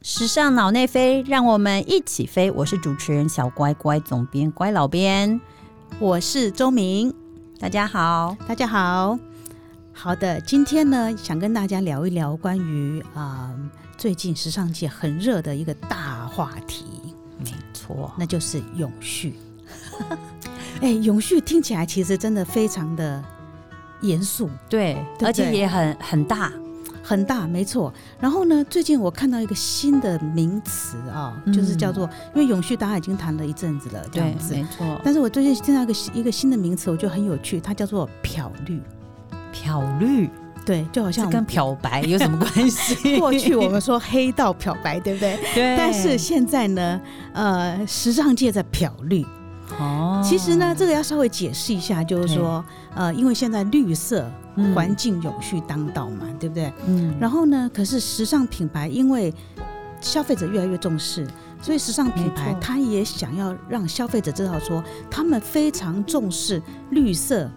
时尚脑内飞，让我们一起飞！我是主持人小乖乖，总编乖老编，我是周明，大家好。大家好。好的，今天呢，想跟大家聊一聊关于啊、呃最近时尚界很热的一个大话题，没错，那就是永 续。哎，永续听起来其实真的非常的严肃，对，对而且也很很大，很大，没错。然后呢，最近我看到一个新的名词啊、嗯就是叫做，因为永续大家已经谈了一阵子了，这样子。没错。但是我最近听到一个新一个新的名词，我觉得很有趣，它叫做“漂绿漂绿，”。对，就好这像跟漂白有什么关系？ 过去我们说黑道漂白，对不对？ 对，但是现在呢，呃，时尚界在漂绿。哦，其实呢，这个要稍微解释一下，就是说，呃，因为现在绿色嗯环境永续当道嘛，对不对？嗯然后呢，可是时尚品牌因为消费者越来越重视，所以时尚品没牌错它也想要让消费者知道说，他们非常重视绿色。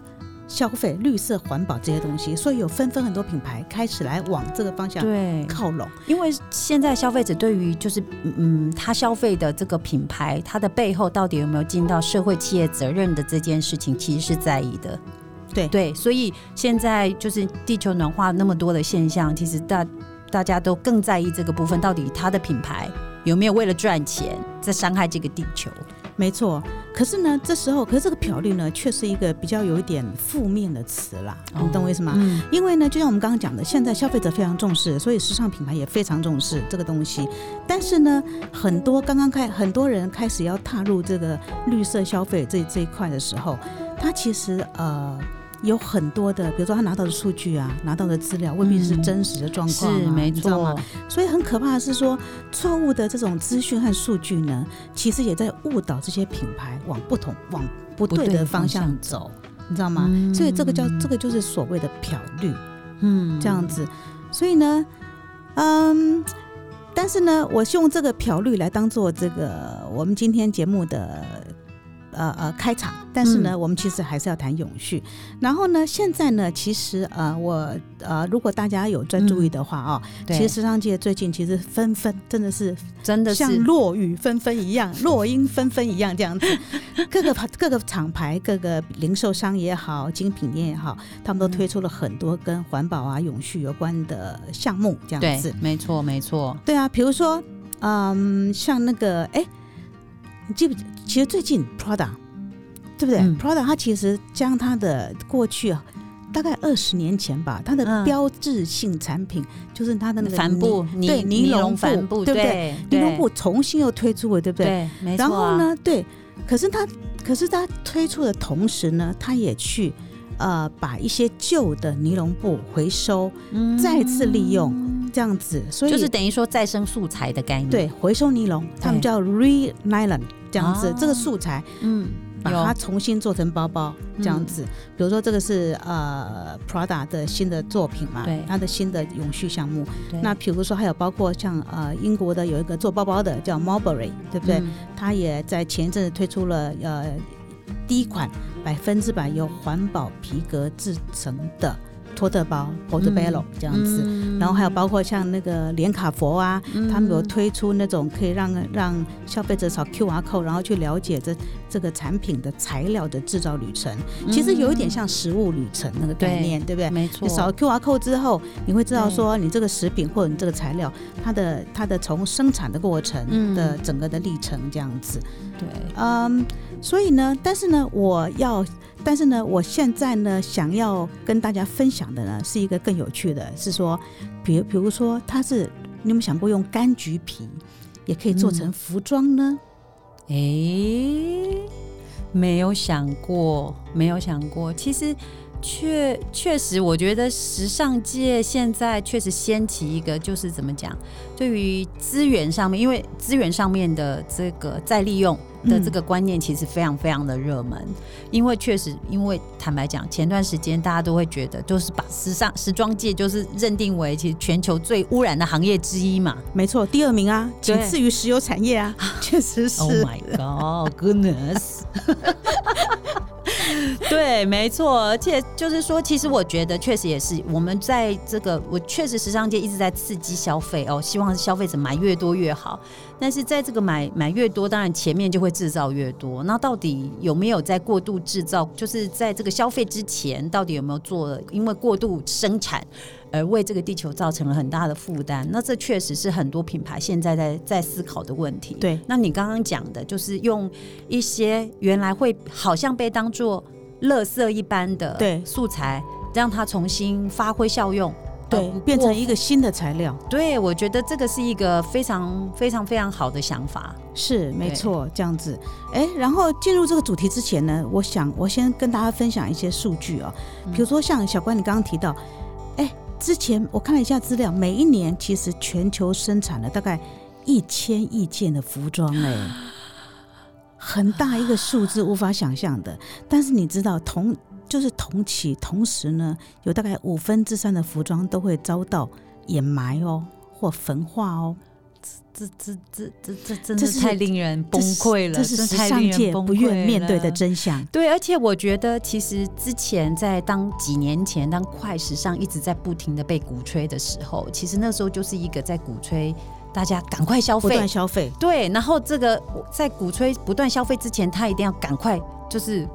消费绿色环保这些东西，所以有纷纷很多品牌开始来往这个方向对，靠拢。因为现在消费者对于就是嗯嗯，他消费的这个品牌，它的背后到底有没有尽到社会企业责任的这件事情，其实是在意的。对对，所以现在就是地球暖化那么多的现象，其实大大家都更在意这个部分，到底它的品牌有没有为了赚钱在伤害这个地球？没错，可是呢，这时候，可是这个漂绿呢，却是一个比较有一点负面的词啦，你懂我意思吗？嗯，因为呢，就像我们刚刚讲的，现在消费者非常重视，所以时尚品牌也非常重视这个东西。但是呢，很多刚刚开很多人开始要踏入这个绿色消费这这一块的时候，他其实呃有很多的，比如说他拿到的数据啊，拿到的资料未必是嗯真实的状是况、啊没你知道吗错？，所以很可怕的是说，错误的这种资讯和数据呢，其实也在误导这些品牌往不同、往不对的方向走，你知道吗？嗯所以这个叫这个就是所谓的漂绿嗯，这样子。所以呢，嗯，但是呢，我是用这个漂绿来当做这个我们今天节目的。呃呃，开场，但是呢，嗯我们其实还是要谈永续。然后呢，现在呢，其实呃，我呃，如果大家有在注意的话啊、对，其实时尚界最近其实纷纷真的是真的像是落雨纷纷 一样，落英纷纷一样这样子， 各个各个厂牌、各个零售商也好，精品店也好，他们都推出了很多跟环保啊、永续有关的项目这样对子。，没错，没错，对啊，比如说，嗯，像那个，哎，你记不记？其实最近 Prada，对不对、嗯 p r a d a 它其实将它的过去啊大概二十年前吧，它的嗯标志性产品、就是它的那个帆尼布对尼尼龙龙布帆布，对不对？尼龙对布重新又推出了，对不对？对，没错、啊然后？呢，对，可是它，可是它推出的同时呢，它也去呃把一些旧的尼龙布回收，嗯再次利用，这样子，所以就是等于说再生素材的概念。对，回收尼龙，他们对叫 re nylon 这样子，哦这个素材嗯，把它重新做成包包这样子。比如说这个是呃 Prada 的新的作品嘛对，它的新的永续项目。对那比如说还有包括像呃英国的有一个做包包的叫 Mulberry，对不对？嗯它也在前一阵子推出了呃第一款百分之百由环保皮革制成的托特包 （portobello）、这样子。嗯然后还有包括像那个连卡佛啊，他们有推出那种可以让让消费者扫 QR code，然后去了解这这个产品的材料的制造旅程，其实有一嗯点像食物旅程那个概念，对不对？没错，你扫 QR code 之后，你会知道对说你这个食品或者你这个材料，它的它的从生产的过程嗯的整个的历程这样子。对，嗯，所以呢，但是呢，我要，但是呢，我现在呢，想要跟大家分享的呢，是一个更有趣的，是说，比如比如说，它是你有没有想过用柑橘皮也可以做成服装呢？诶，没有想过，没有想过，其实。确确实，我觉得时尚界现在确实掀起一个，就是怎么讲，对于资源上面，因为资源上面的这个再利用的这个观念，其实非常非常的热门。因为确实，因为坦白讲，前段时间大家都会觉得，就是把时尚时装界就是认定为其实全球最污染的行业之一嘛。没错，第二名啊，仅对次于石油产 业啊，确实 Oh 是。 my god, goodness！ 对，没错，而且就是说，其实我觉得确实也是，我们在这个，我确实时尚界一直在刺激消费哦，希望消费者买越多越好。但是在这个买买越多，当然前面就会制造越多。那到底有没有在过度制造？就是在这个消费之前，到底有没有做？因为过度生产而为这个地球造成了很大的负担。那这确实是很多品牌现在在在思考的问题。对，那你刚刚讲的就是用一些原来会好像被当做垃圾一般的对素材，让它重新发挥效用，对而不，哦变过成一个新的材料。对，我觉得这个是一个非常非常非常好的想法。是，没对错，这样子。哎，然后进入这个主题之前呢，我想我先跟大家分享一些数据啊、比如说像小关你刚刚提到，哎，之前我看了一下资料，每一年其实全球生产了大概一千亿件的服装，哎，很大一个数字，无法想象的。但是你知道同。就是同期同时呢，有大概五分之三的服装都会遭到掩埋哦，或焚化哦。这这这这这真这的是太令人崩溃了，这是真的这是时太尚令人界崩不愿溃面对的了真相。对，而且我觉得其实之前在当几年前当快时尚一直在不停的被鼓吹的时候，其实那时候就是一个在鼓吹大家赶快消不断费，消费，对，然后这个在鼓吹不断消费之前，他一定要赶快就是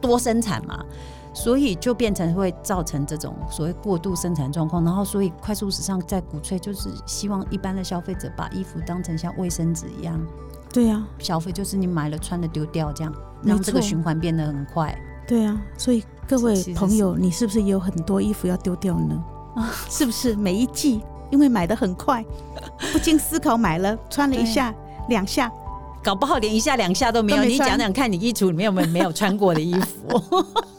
多生产嘛。所以就变成会造成这种所谓过度生产状况，然后所以快速时尚在鼓吹，就是希望一般的消费者把衣服当成像卫生纸一样对啊呀、消费，就是你买了穿了丢掉这样，没让这个错循环变得很快。对呀、所以各位其实是朋友，你是不是也有很多衣服要丢掉呢？啊，是不是每一季因为买的很快，不经思考买了，穿了一下两下，搞不好连一下两下都没有。都没你穿讲讲看，你衣橱里面有没有没有穿过的衣服？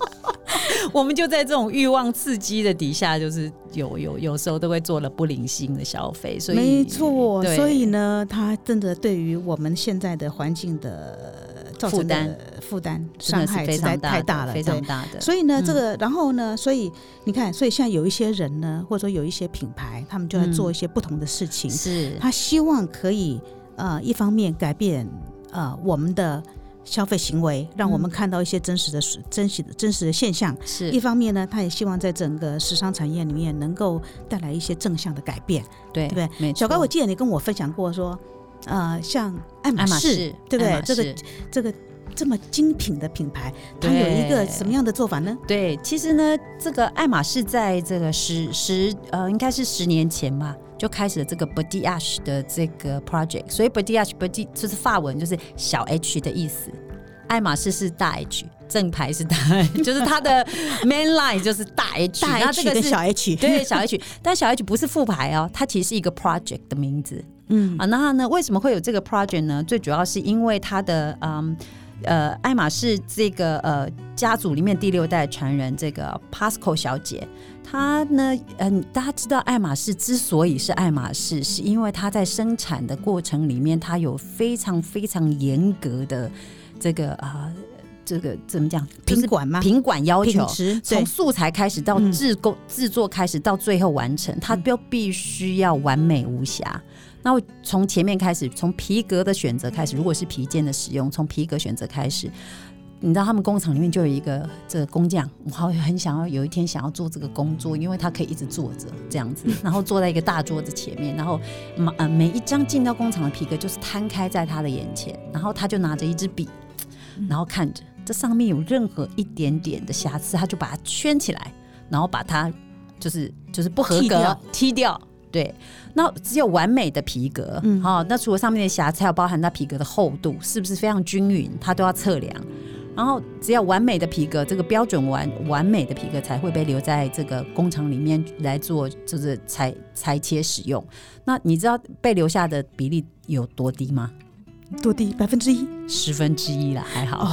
我们就在这种欲望刺激的底下，就是有有有时候都会做了不理性的消费，所以没错。对所以呢，它真的对于我们现在的环境的造成负担的负担真伤的是害非实在常大太的大了，非对常大的。所以呢，嗯这个，然后呢，所以你看，所以现在有一些人呢，或者说有一些品牌，他们就在嗯做一些不同的事情。是他希望可以呃，一方面改变呃我们的消费行为，让我们看到一些真实的事、真实的真实的现象；一嗯是，方面呢，他也希望在整个时尚产业里面能够带来一些正向的改变。对对不没错小高，我记得你跟我分享过说，呃，像爱马爱马仕，仕对不爱马？对这个仕这个这么精品的品牌，它对有一个什么样的做法呢？对，其实呢，这个爱马仕在这个十十呃，应该是十年前吧，就开始了这个 Body Ash 的这个 project。所以 Body Ash Body 就是法文，就是小 H 的意思。爱马仕是大 H，正牌是大 H，就是它的 main line 就是大 H。大那 H 这个跟是小 H， 对小 H，但小 H 不是副牌哦，它其实是一个 project 的名字。嗯，啊，那呢，为什么会有这个 project 呢？最主要是因为它的嗯。呃，爱马仕这个呃家族里面第六代传人，这个 Pasco 小姐，她呢，嗯、大家知道爱马仕之所以是爱马仕，是因为她在生产的过程里面，它有非常非常严格的这个啊、这个怎么讲，就是品管吗？品管要求品，质对从素材开始到嗯制构、制作开始到最后完成，它都必须要完美无瑕。那我从前面开始，从皮革的选择开始，如果是皮件的使用，从皮革选择开始。你知道他们工厂里面就有一个这个工匠，我好很想要有一天想要做这个工作，因为他可以一直坐着这样 子，然后坐在一个大桌子前面，然后嘛呃每一张进到工厂的皮革就是摊开在他的眼前，然后他就拿着一支笔，然后看着这上面有任何一点点的瑕疵，他就把它圈起来，然后把它就是就是不合格剃掉踢掉。对，那只有完美的皮革，嗯好、那除了上面的瑕疵，还有包含它皮革的厚度是不是非常均匀，它都要测量。然后只要完美的皮革，这个标准完完美的皮革才会被留在这个工厂里面来做，就是裁裁切使用。那你知道被留下的比例有多低吗？多低百分之一十分之一啦，还好。哦，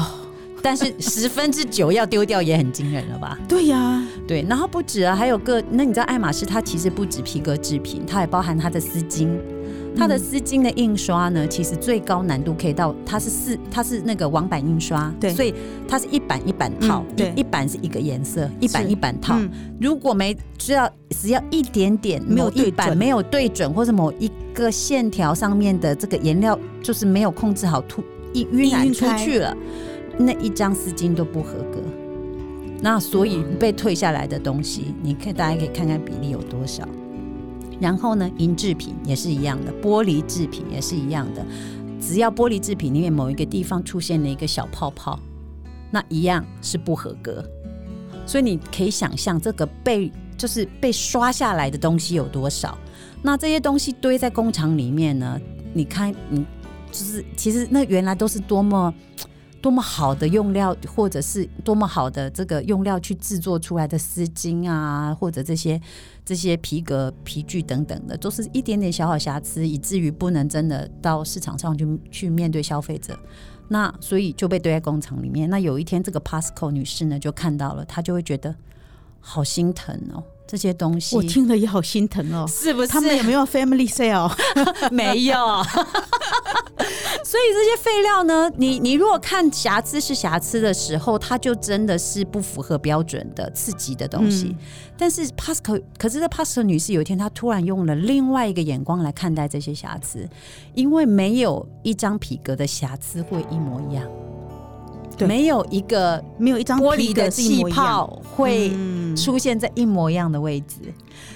但是十分之九要丢掉也很惊人了吧？对呀、 对，然后不止啊，还有个，那你知道爱马仕它其实不止皮革制品，它也包含它的丝巾。它的丝巾的印刷呢，其实最高难度可以到，它是四，它是那个网版印刷，对所以它是一版一版套，嗯对一一版是一个颜色，一版是一版套。嗯如果没只要只要一点点没有某一对版准没有对准，或者某一个线条上面的这个颜料就是没有控制好突一晕一染晕出开去了，那一张丝巾都不合格。那所以被退下来的东西，你可以大家可以看看比例有多少。然后呢，银制品也是一样的，玻璃制品也是一样的。只要玻璃制品里面某一个地方出现了一个小泡泡，那一样是不合格。所以你可以想象，这个被就是被刷下来的东西有多少。那这些东西堆在工厂里面呢，你看，你就是其实那原来都是多么多么好的用料，或者是多么好的这个用料去制作出来的丝巾啊，或者这些这些皮革、皮具等等的，都是一点点小小瑕疵，以至于不能真的到市场上去去面对消费者。那所以就被堆在工厂里面。那有一天，这个 Pasco 女士呢就看到了，她就会觉得好心疼哦，这些东西我听了也好心疼哦。是不是他们有没有 family sale？ 没有。所以这些废料呢，你你如果看瑕疵是瑕疵的时候，它就真的是不符合标准的刺激的东西。嗯但是 Pasco，可是这 Pasco 女士有一天，她突然用了另外一个眼光来看待这些瑕疵，因为没有一张皮革的瑕疵会一模一样，对没有一个没有一张玻璃皮革的是一气模一样泡会嗯出现在一模一样的位置。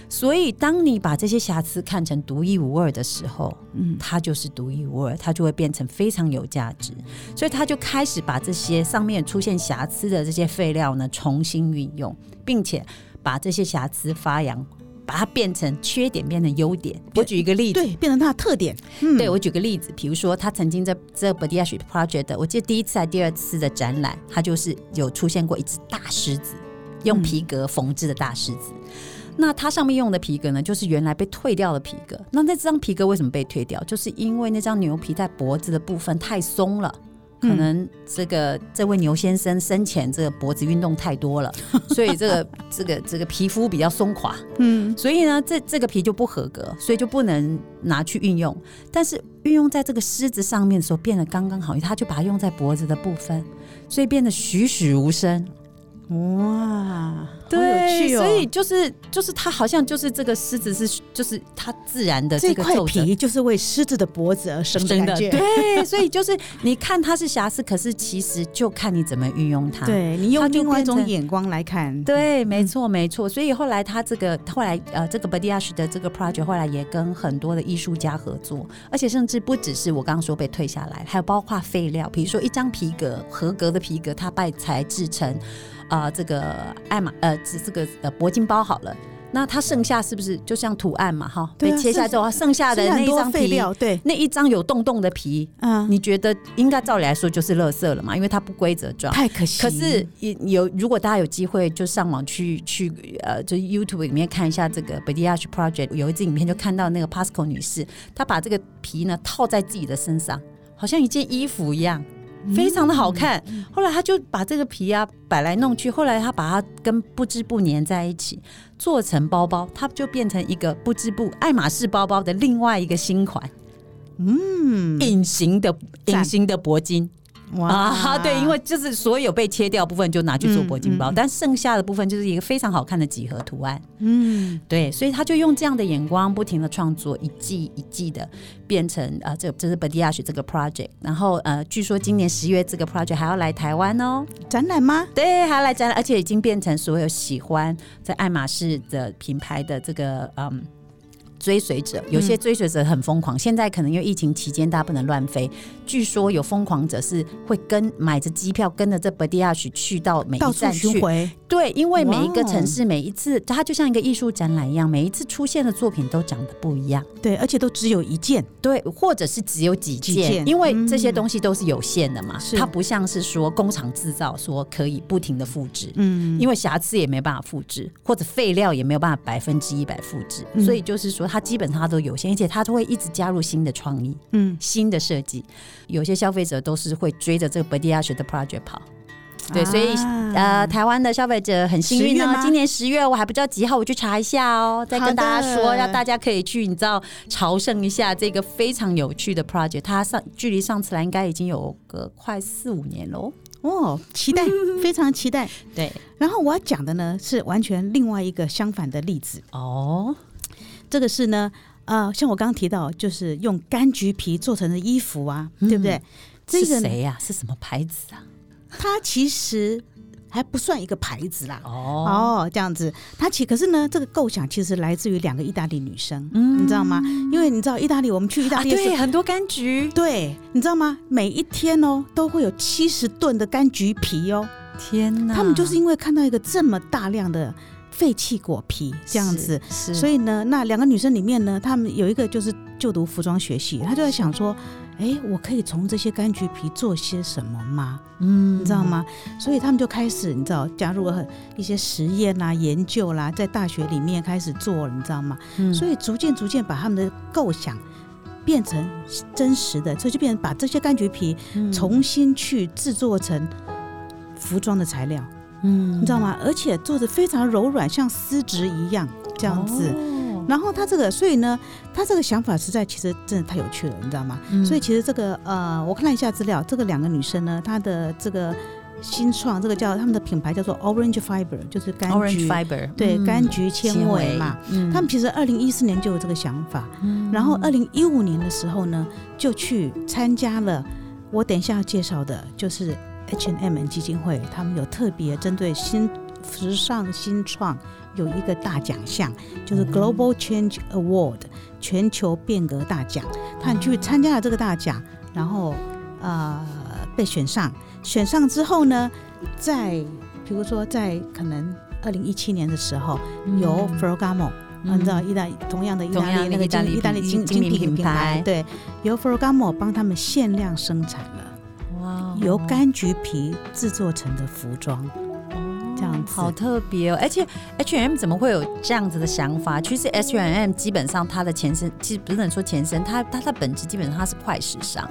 所以，当你把这些瑕疵看成独一无二的时候，嗯它就是独一无二，它就会变成非常有价值。所以，他就开始把这些上面出现瑕疵的这些废料呢，重新运用，并且把这些瑕疵发扬，把它变成缺点变成优点。我举一个例子。对，变成它的特点。嗯，对，我举个例子，比如说他曾经在这 b o d i a s h Project，的我记得第一次还第二次的展览，他就是有出现过一只大狮子，用皮革缝制的大狮子。那它上面用的皮革呢，就是原来被退掉的皮革。那那张皮革为什么被退掉？就是因为那张牛皮在脖子的部分太松了。可嗯能这个这位牛先生生前这个脖子运动太多了， 所以这个这个这个皮肤比较松垮，嗯，所以呢，这这个皮就不合格，所以就不能拿去运用。但是运用在这个狮子上面的时候，变得刚刚好，他就把它用在脖子的部分，所以变得栩栩如生。哇，对，好有趣哦。所以就是就是它好像就是这个狮子是就是它自然的这个块皱褶皮就是为狮子的脖子而生的真感的觉。对，所以就是你看它是瑕疵，可是其实就看你怎么运用它。对你啊它用就另外一变种成眼光来看，对，嗯没错，没错。所以后来他这个后来呃，这个 b a d i a s h 的这个 project 后来也跟很多的艺术家合作，而且甚至不只是我刚刚说被退下来，还有包括废料，比如说一张皮革合格的皮革，它被裁制成呃这个爱马呃这这个呃铂金包好了。那它剩下是不是就像图案嘛？哈，对啊被切下之后，剩下的是啊那很一多张废皮，料，对，那一张有洞洞的皮，嗯，你觉得应该照理来说就是垃圾了嘛？因为它不规则状。太可惜。可是也有，如果大家有机会，就上网去去呃，就 YouTube 里面看一下这个 b e d i a s h Project，有一支影片就看到那个 Pasco 女士，她把这个皮呢套在自己的身上，好像一件衣服一样，非常的好看。后来她就把这个皮啊摆来弄去，后来她把它跟不织布粘在一起，做成包包，它就变成一个不织布爱马仕包包的另外一个新款，嗯，隐形的赞隐形的铂金。啊，对，因为就是所有被切掉部分就拿去做铂金包，但剩下的部分就是一个非常好看的几何图案。嗯，对，所以他就用这样的眼光，不停的创作，一季一季的变成啊、呃，这这是 b a d i a s h 这个 project。然后呃，据说今年十月这个 project 还要来台湾哦，展览吗？对，还要来展览，而且已经变成所有喜欢在爱马仕的品牌的这个嗯。追随者有些追随者很疯狂，现在可能因为疫情期间大家不能乱飞，据说有疯狂者是会跟买着机票跟着这 b a d i a s h 去到每到一处站巡去，回，对，因为每一个哇哦城市每一次它就像一个艺术展览一样，每一次出现的作品都长得不一样。对，而且都只有一件，对，或者是只有几件，几件因为这些东西都是有限的嘛，是它不像是说工厂制造说可以不停的复制，嗯，因为瑕疵也没办法复制，或者废料也没有办法百分之一百复制，嗯所以就是说它基本上它都有限，而且它都会一直加入新的创意、嗯，新的设计。有些消费者都是会追着这个 b a d i a s h 的 project 跑，对，所以啊呃，台湾的消费者很幸运10月哦吗，今年十月我还不知道几号，我去查一下哦，再好跟的大家说，让大家可以去，你知道朝圣一下这个非常有趣的 project。它上距离上次来应该已经有个快四五年喽。哦，期待，非常期待。对，然后我要讲的呢是完全另外一个相反的例子，哦，这个是呢，呃，像我刚刚提到，就是用柑橘皮做成的衣服啊，对不对？这是个呢谁呀、是什么牌子啊？它其实还不算一个牌子啦。哦，哦，这样子，它其可是呢，这个构想其实来自于两个意大利女生，嗯你知道吗？因为你知道意大利，我们去意大啊，利的时候对，很多柑橘，对，你知道吗？每一天哦，都会有七十吨的柑橘皮哦。天哪，他们就是因为看到一个这么大量的废弃果皮这样子，是，是所以呢，那两个女生里面呢，她们有一个就是就读服装学系，她就在想说，哎，我可以从这些柑橘皮做些什么吗？嗯你知道？吗？所以他们就开始，你知道，加入了很一些实验啦、研究啦，在大学里面开始做了，你知道吗？嗯所以逐渐逐渐把他们的构想变成真实的，所以就变成把这些柑橘皮嗯重新去制作成服装的材料，嗯你知道吗？而且做的非常柔软，像丝质一样这样子。哦然后他这个，所以呢，他这个想法实在其实真的太有趣了，你知道吗？嗯所以其实这个呃，我看了一下资料，这个两个女生呢，她的这个新创这个叫他们的品牌叫做 Orange Fiber，就是柑 orange 橘 fiber 对嗯柑橘纤维嘛。，嗯他们其实二零一四年就有这个想法，然后二零一五年的时候呢，就去参加了我等一下要介绍的，就是 H&M 基金会，他们有特别针对新时尚新创有一个大奖项，就是嗯 Global Change Award 全球变革大奖，他们去参加了这个大奖，然后呃被选上，选上之后呢，在比如说在可能二零一七年的时时候，由嗯 Ferragamo、啊，你知道意大同样的意同大样利的那个意大利精意大利品精精精品品品品牌牌，对，由 Ferragamo 帮他们限量生产了哇哦由柑橘皮制作成的服装，这样子好特别哦，而且 H M 怎么会有这样子的想法？其实 H M 基本上它的前身，其实不能说前身，它它的本质基本上它是快时尚，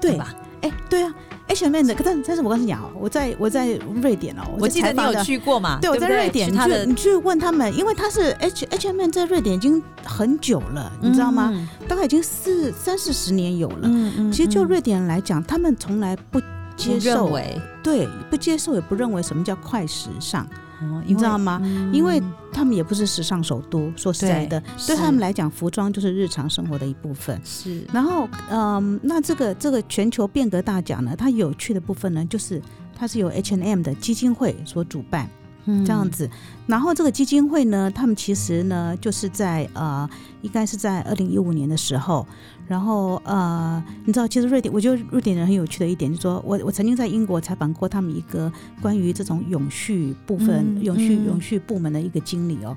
对？吧？哎，对啊，H&M 的，可但但是我告诉你啊，我在我在瑞典哦，我在记得采你访有的。去过嘛？对，我不在瑞典，去你它去的你去问他们，因为他是 H H M 在瑞典已经很久了，你知道吗？？大概已经四三四十年有了。嗯嗯其实就嗯瑞典人来讲，他们从来不接不认受为，对，不接受也不认为什么叫快时尚，哦你知道？吗？因为因为嗯他们也不是时尚首都，说实在的，对是他们来讲，服装就是日常生活的一部分。是然后，嗯，那这个这个全球变革大奖呢，它有趣的部分呢，就是它是由 H&M 的基金会所主办嗯这样，子。然后这个基金会呢，他们其实呢，就是在呃，应该是在二零一五年的时候，然后呃，你知道，其实瑞典，我觉得瑞典人很有趣的一点，就是说我我曾经在英国采访过他们一个关于这种永续部分、嗯永续嗯永续部门的一个经理哦，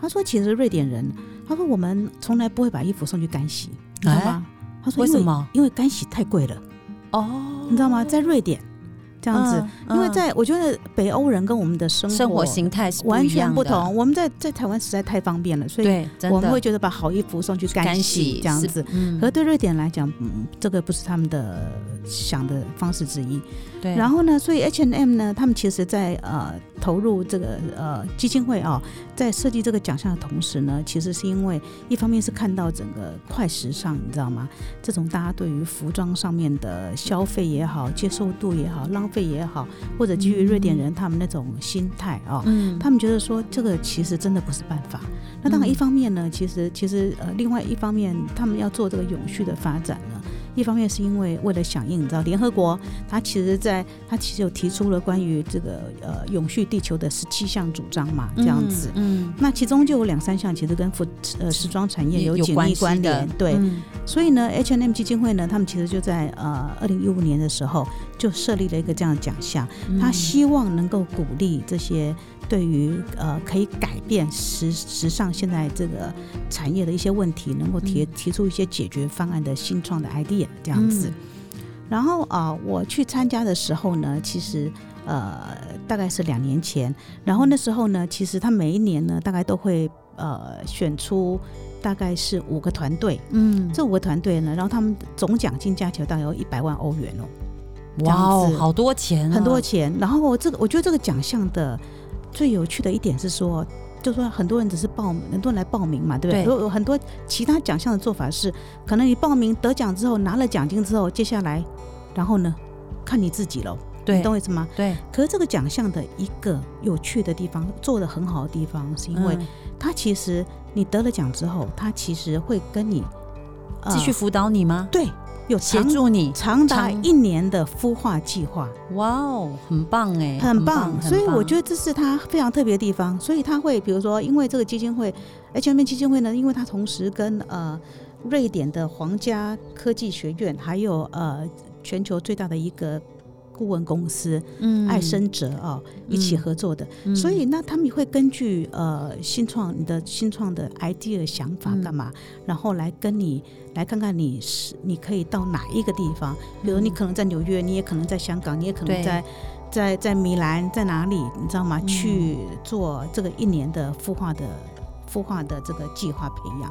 他说其实瑞典人，他说我们从来不会把衣服送去干洗，你知道吗？他说哎为因什么？因为干洗太贵了，哦，你知道吗？在瑞典这这样子，，因为在我觉得北欧人跟我们的生活生活形态是完全不不一样的，同，我们在在台湾实在太方便了，所以对，真的我们会觉得把好衣服送去干洗这样子。，嗯可是对瑞典来讲，嗯，这个不是他们的想的方式之一。对，然后呢，所以 H&M 呢，他们其实在呃投入这个呃基金会啊、在设计这个奖项的同时呢，其实是因为一方面是看到整个快时尚，你知道吗？这种大家对于服装上面的消费也好、接受度也好、浪费也好，或者基于瑞典人他们那种心态啊、嗯他们觉得说这个其实真的不是办法。那当然，嗯一方面呢，其实其实呃，另外一方面，他们要做这个永续的发展呢，一方面是因为为了响应，你知道，联合国它其实在它其实有提出了关于这个呃永续地球的十七项主张嘛，这样子。嗯，嗯那其中就有两三项其实跟服呃时装产业有紧密系关的联，对，嗯所以呢，H&M 基金会呢，他们其实就在呃二零一五年的时候就设立了一个这样的奖项，嗯他希望能够鼓励这些对于呃可以改变时时尚现在这个产业的一些问题，能够提提出一些解决方案的新创的 idea 这样子。然后啊、我去参加的时候呢，其实呃大概是两年前，然后那时候呢，其实他每一年呢大概都会呃选出大概是五个团队，嗯，这五个团队呢，然后他们总奖金加起来大概有一百万欧元哦。嗯哇这样哦，子好多钱啊，很多钱。然后这个，我觉得这个奖项的最有趣的一点是说，就说很多人只是报名，很多人来报名嘛，对不对？对有有很多其他奖项的做法是，可能你报名得奖之后拿了奖金之后，接下来，然后呢，看你自己喽，你对懂我意思吗？对，可是这个奖项的一个有趣的地方，做的很好的地方，是因为嗯它其实你得了奖之后，它其实会跟你、呃继续辅导你吗？对。有协长助你，长达长一年的孵化计划，哇哦，很棒哎，很棒。所以我觉得得这是它非常特别的地方。所以它会，比如说，因为这个基金会 h m 基金会呢，因为它同时跟呃瑞典的皇家科技学院，还有呃全球最大的一个顾问公司嗯爱生哲啊、一起合作的。嗯所以那他们会根据呃新创你的新创的 idea 想法嗯干嘛，然后来跟你来看看你是你可以到哪一个地方，比如你可能在纽约，你也可能在香港，你也可嗯对能在。在在米兰，在哪里？你知道吗？嗯去做这个一年的孵化的孵化的这个计划培养。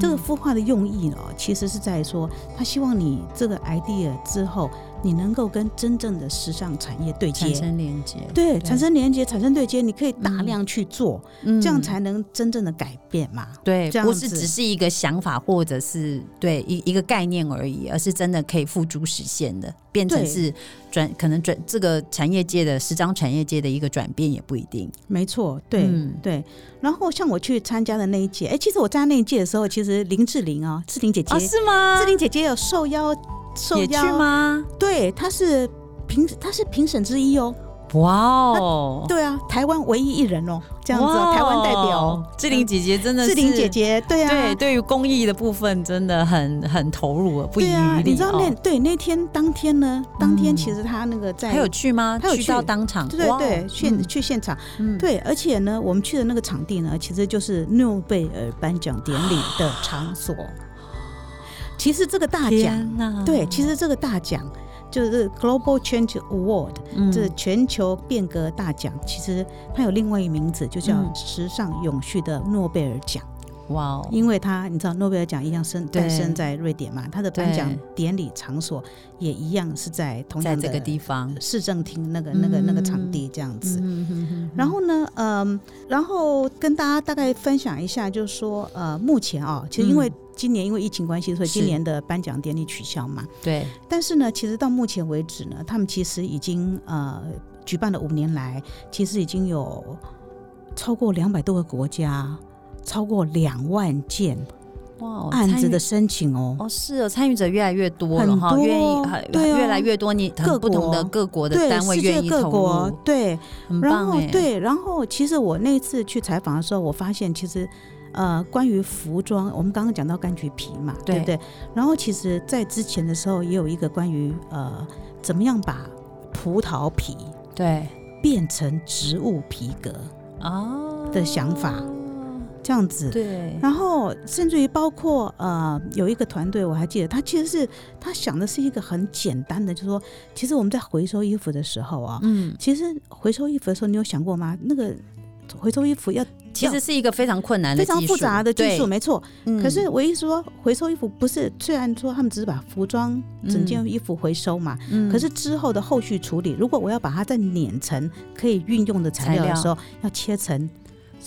这个嗯孵化的用意哦，其实是在说，他希望你这个 idea 之后，你能够跟真正的时尚产业对接产，生连接，对，对产生连接，产生对接，你可以大嗯量去做，嗯这样才能真正的改变嘛。对，这样不是子只是一个想法或者是对一一个概念而已，而是真的可以付诸实现的，变成对是转可能转这个产业界的时装产业界的一个转变也不一定。没错，对、嗯对。然后像我去参加的那一届，哎，其实我参加那一届的时候，其实林志玲啊、志玲姐姐，哦，是吗志？玲姐姐有受邀受也去邀？吗？对，她是评她是评审之一哦。哇哦，对啊，台湾唯一一人哦，这样子哦、哇哦台湾代表哦。志玲姐姐真的是志玲姐。姐，对啊，对，对于公益的部分真的很很投入，不遗对啊余，力。你知道那、哦对那天当天呢，当天嗯其实她那个在还有去吗？她有去去到当场，对对哇对，哦现去现场，嗯对，而且呢，我们去的那个场地呢，其实就是诺贝尔颁奖典礼的 场所。其实这个大奖，天哪，对，其实这个大奖就是 Global Change Award，、嗯这全球变革大奖，其实它有另外一个名字，就叫嗯时尚永续的诺贝尔奖。哇哦，因为它，你知道诺贝尔奖一样生对诞生在瑞典嘛，它的颁奖对典礼场所也一样是在同在样这个的地方，市政厅那个那个那个场嗯地这样子。嗯哼哼然后呢，嗯，然后跟大家大概分享一下，就是说，呃，目前啊、其实因为嗯今年因为疫情关系，所以是今年的颁奖典礼取消嘛。对，但是呢，其实到目前为止呢，他们其实已经呃举办了五年来，其实已经有超过两百多个国家，超过两万件哇哦，案参子与的申请哦。哦，是哦，参与者越来越多了很哈，多愿意哦很对啊越来越多，你各很不同的国各国的对，单位世界愿意投各国入，对，很然棒后哎，，对，然后其实我那次去采访的时候，我发现其实，呃，关于服装，我们刚刚讲到柑橘皮嘛，对不对对？然后其实，在之前的时候，也有一个关于呃，怎么样把葡萄皮对变成植物皮革啊的想法，这样子。对，然后，甚至于包括呃，有一个团队我还记得，他其实是他想的是一个很简单的，就是说，其实我们在回收衣服的时候啊，嗯，其实回收衣服的时候，你有想过吗？那个回收衣服要其实是一个非常困难的非技术，常复杂的技术，对，没错。嗯可是我一说回收衣服，不是虽然说他们只是把服装整件嗯衣服回收嘛，嗯可是之后的后续处理，如果我要把它再碾成可以运用的材料材的料时候，要切成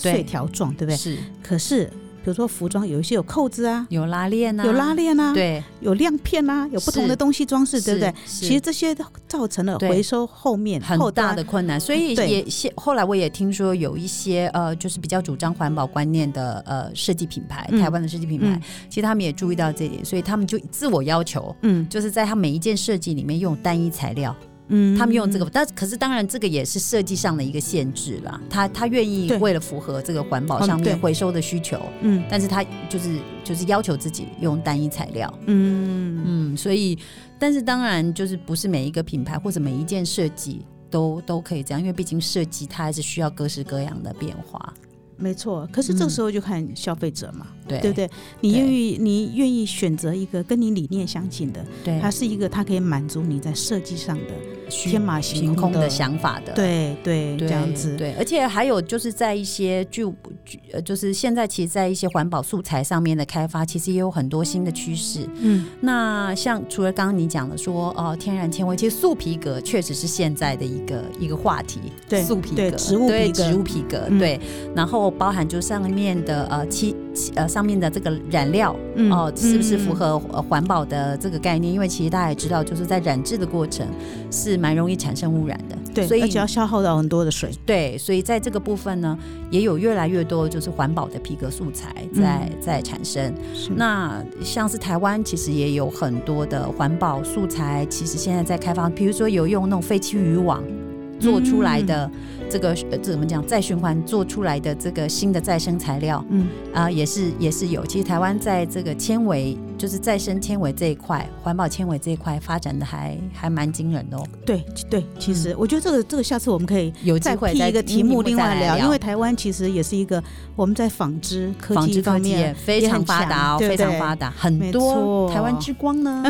对碎条状，对不对？是可是比如说服装有一些有扣子啊，有拉链啊，有拉链啊，对，有亮片啊，有不同的是东西装饰，对不对？是？其是实这些都造成了对回收后面很后大端的困难，所以嗯对也现后来我也听说有一些呃，就是比较主张环保观念的呃设计品牌，嗯台湾的设计品牌，嗯其实他们也注意到这一点，所以他们就自我要求。嗯就是在他每一件设计里面用单一材料，嗯，他们用这个，但可是当然这个也是设计上的一个限制啦。他他愿意对为了符合这个环保嗯上面对回收的需求，嗯但是他就是就是要求自己用单一材料。嗯嗯，所以，但是当然就是不是每一个品牌或者每一件设计都都可以这样，因为毕竟设计它还是需要各式各样的变化，没错。可是嗯这个时候就看消费者嘛。对对不对？你对愿意，你愿意选择一个跟你理念相近的，对它是一个它可以满足你在设计上的，虚天马行行空空的的想法的，对对，对。这样子，对，而且还有就是在一些据据呃，就是现在其实，在一些环保素材上面的开发，其实也有很多新的趋势。嗯，那像除了刚刚你讲的说呃，天然纤维，其实素皮革确实是现在的一个一个话题，对素皮革，对植物对皮革植物皮革，嗯对，然后包含就上面的呃漆漆呃上面的这个染料嗯哦、是不是嗯符合呃环保的这个概念？因为其实大家也知道，就是在染制的过程是蛮容易产生污染的，对，所以而且要消耗到很多的水。对，所以在这个部分呢，也有越来越多就是环保的皮革素材在、嗯在产生。是那像是台湾其实也有很多的环保素材，其实现在在开放，比如说有用那种废弃渔网嗯做出来的这个、呃这怎么讲再循环做出来的这个新的再生材料嗯，啊、也是也是有。其实台湾在这个纤维就是再生纤维这一块，环保纤维这一块发展的还还蛮惊人的哦。对对，其实我觉得这个这个下次我们可以嗯有机再会辟一个题目另外聊，聊，因为台湾其实也是一个我们在纺织科纺技织科方技也面非常发达哦，也非很强对不对常发达，很没多错台湾之光呢。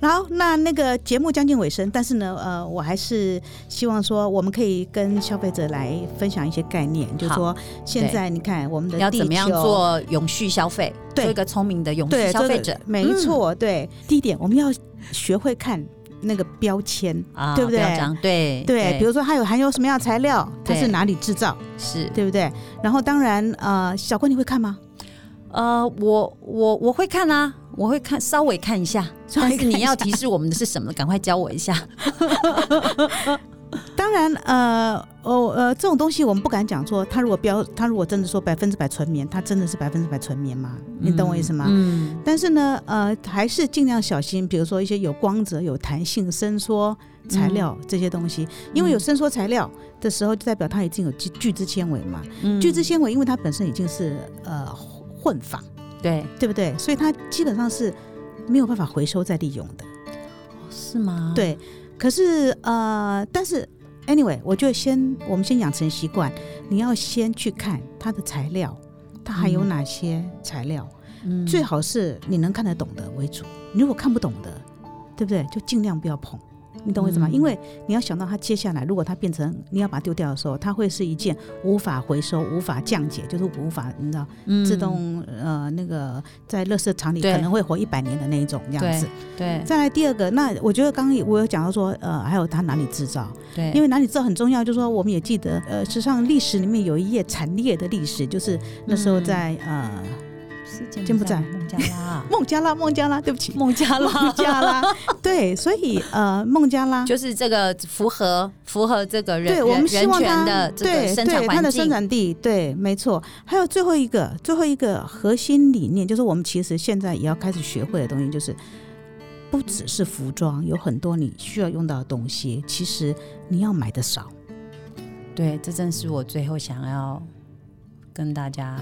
好，那那个节目将近尾声，但是呢，呃，我还是希望说，我们可以跟消费者来分享一些概念，就是说现在你看我们的要地怎么样球做永续消费，对做一个聪明的永续对消费这者嗯个，没错，对。第一点，我们要学会看那个标签，啊，对不对要这样对对，比如说它有含有什么样的材料，它对是哪里制造，是对不对？然后当然，呃，小关你会看吗？呃，我我我会看啊，我会看稍微看一下， 稍微但是看一你要下提示我们的是什么，赶快教我一下。当然，呃，哦，呃，这种东西我们不敢讲说，它如果标，它如果真的说百分之百纯棉，它真的是百分之百纯棉吗？你懂我意思吗？嗯，但是呢，呃，还是尽量小心，比如说一些有光泽、有弹性、伸缩嗯材料这些东西，因为有伸缩材料的时候，就代表它已经有聚聚酯纤维嘛。嗯聚酯纤维，因为它本身已经是呃混纺，对对不对？所以它基本上是没有办法回收再利用的。是吗？，对，可是呃，但是 anyway，我就先我们先养成习惯，你要先去看它的材料，它还有嗯哪些材料，嗯最好是你能看得懂的为主。你如果看不懂的，对不对？就尽量不要碰。你懂我意思吗？嗯因为你要想到它接下来，如果它变成你要把它丢掉的时候，它会是一件无法回收、无法降解，就是无法你知道嗯自动、呃那个在垃圾场里对可能会活一百年的那一种这样对子。对再来第二个，那我觉得刚刚我有讲到说，呃，还有它哪里制造，对，因为哪里制造很重要，就是说我们也记得，呃，时尚历史里面有一页产业的历史，就是那时候嗯在、呃是柬柬埔寨。孟加拉啊孟加拉，孟加拉，对不起，孟加拉孟，加拉，对，所以呃，孟加拉，就是这个符合符合这个人对我们人希人望权它的这个对生产对它环的生境，产地，对，没错。还有最后一个，最后一个核心理念就是我们其实现在也要开始学会的东西，就是不只是服装，有很多你需要用到的东西，其实你要买的少。对，这正是我最后想要跟大家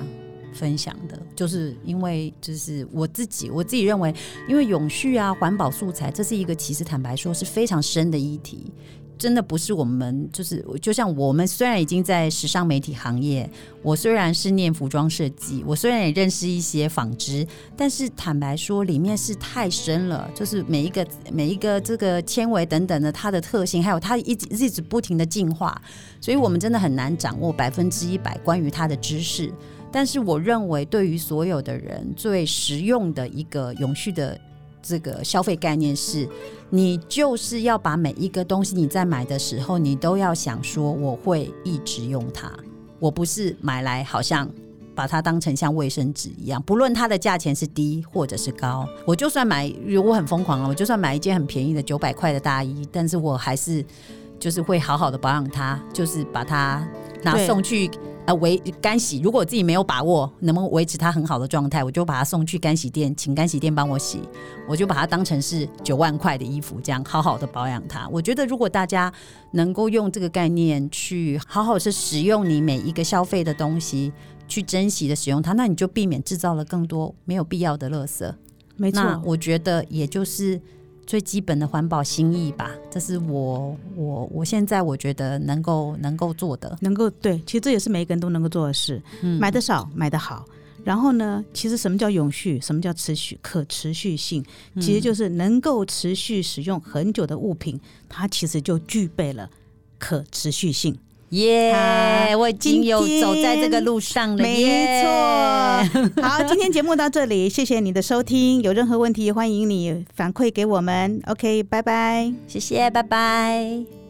分享的，就是因为就是我自己，我自己认为，因为永续啊、环保素材，这是一个其实坦白说是非常深的议题。真的不是我们，就是就像我们虽然已经在时尚媒体行业，我虽然是念服装设计，我虽然也认识一些纺织，但是坦白说，里面是太深了，就是每一个每一个这个纤维等等的它的特性，还有它一直一直不停的进化，所以我们真的很难掌握百分之一百关于它的知识。但是我认为，对于所有的人最实用的一个永续的这个消费概念是，你就是要把每一个东西你在买的时候，你都要想说我会一直用它，我不是买来好像。把它当成像卫生纸一样，不论它的价钱是低或者是高，我就算买，如果很疯狂了，我就算买一件很便宜的九百块的大衣，但是我还是就是会好好的保养它，就是把它拿对送去呃维干洗。如果我自己没有把握能不能维持它很好的状态，我就把它送去干洗店，请干洗店帮我洗，我就把它当成是九万块的衣服，这样好好的保养它。我觉得如果大家能够用这个概念去好好是使用你每一个消费的东西。去珍惜的使用它，那你就避免制造了更多没有必要的垃圾。没那错，我觉得也就是最基本的环保心意吧，这是我我我现在我觉得能够能够做的。能够对，其实这也是每一个人都能够做的事，嗯买的少，买的好。然后呢，其实什么叫永续，什么叫持续可持续性，其实就是能够持续使用很久的物品，它其实就具备了可持续性。耶、啊我已经有今天走在这个路上了，没耶 错。好，今天节目到这里，谢谢你的收听。有任何问题，欢迎你反馈给我们。OK，拜拜。谢谢，拜拜。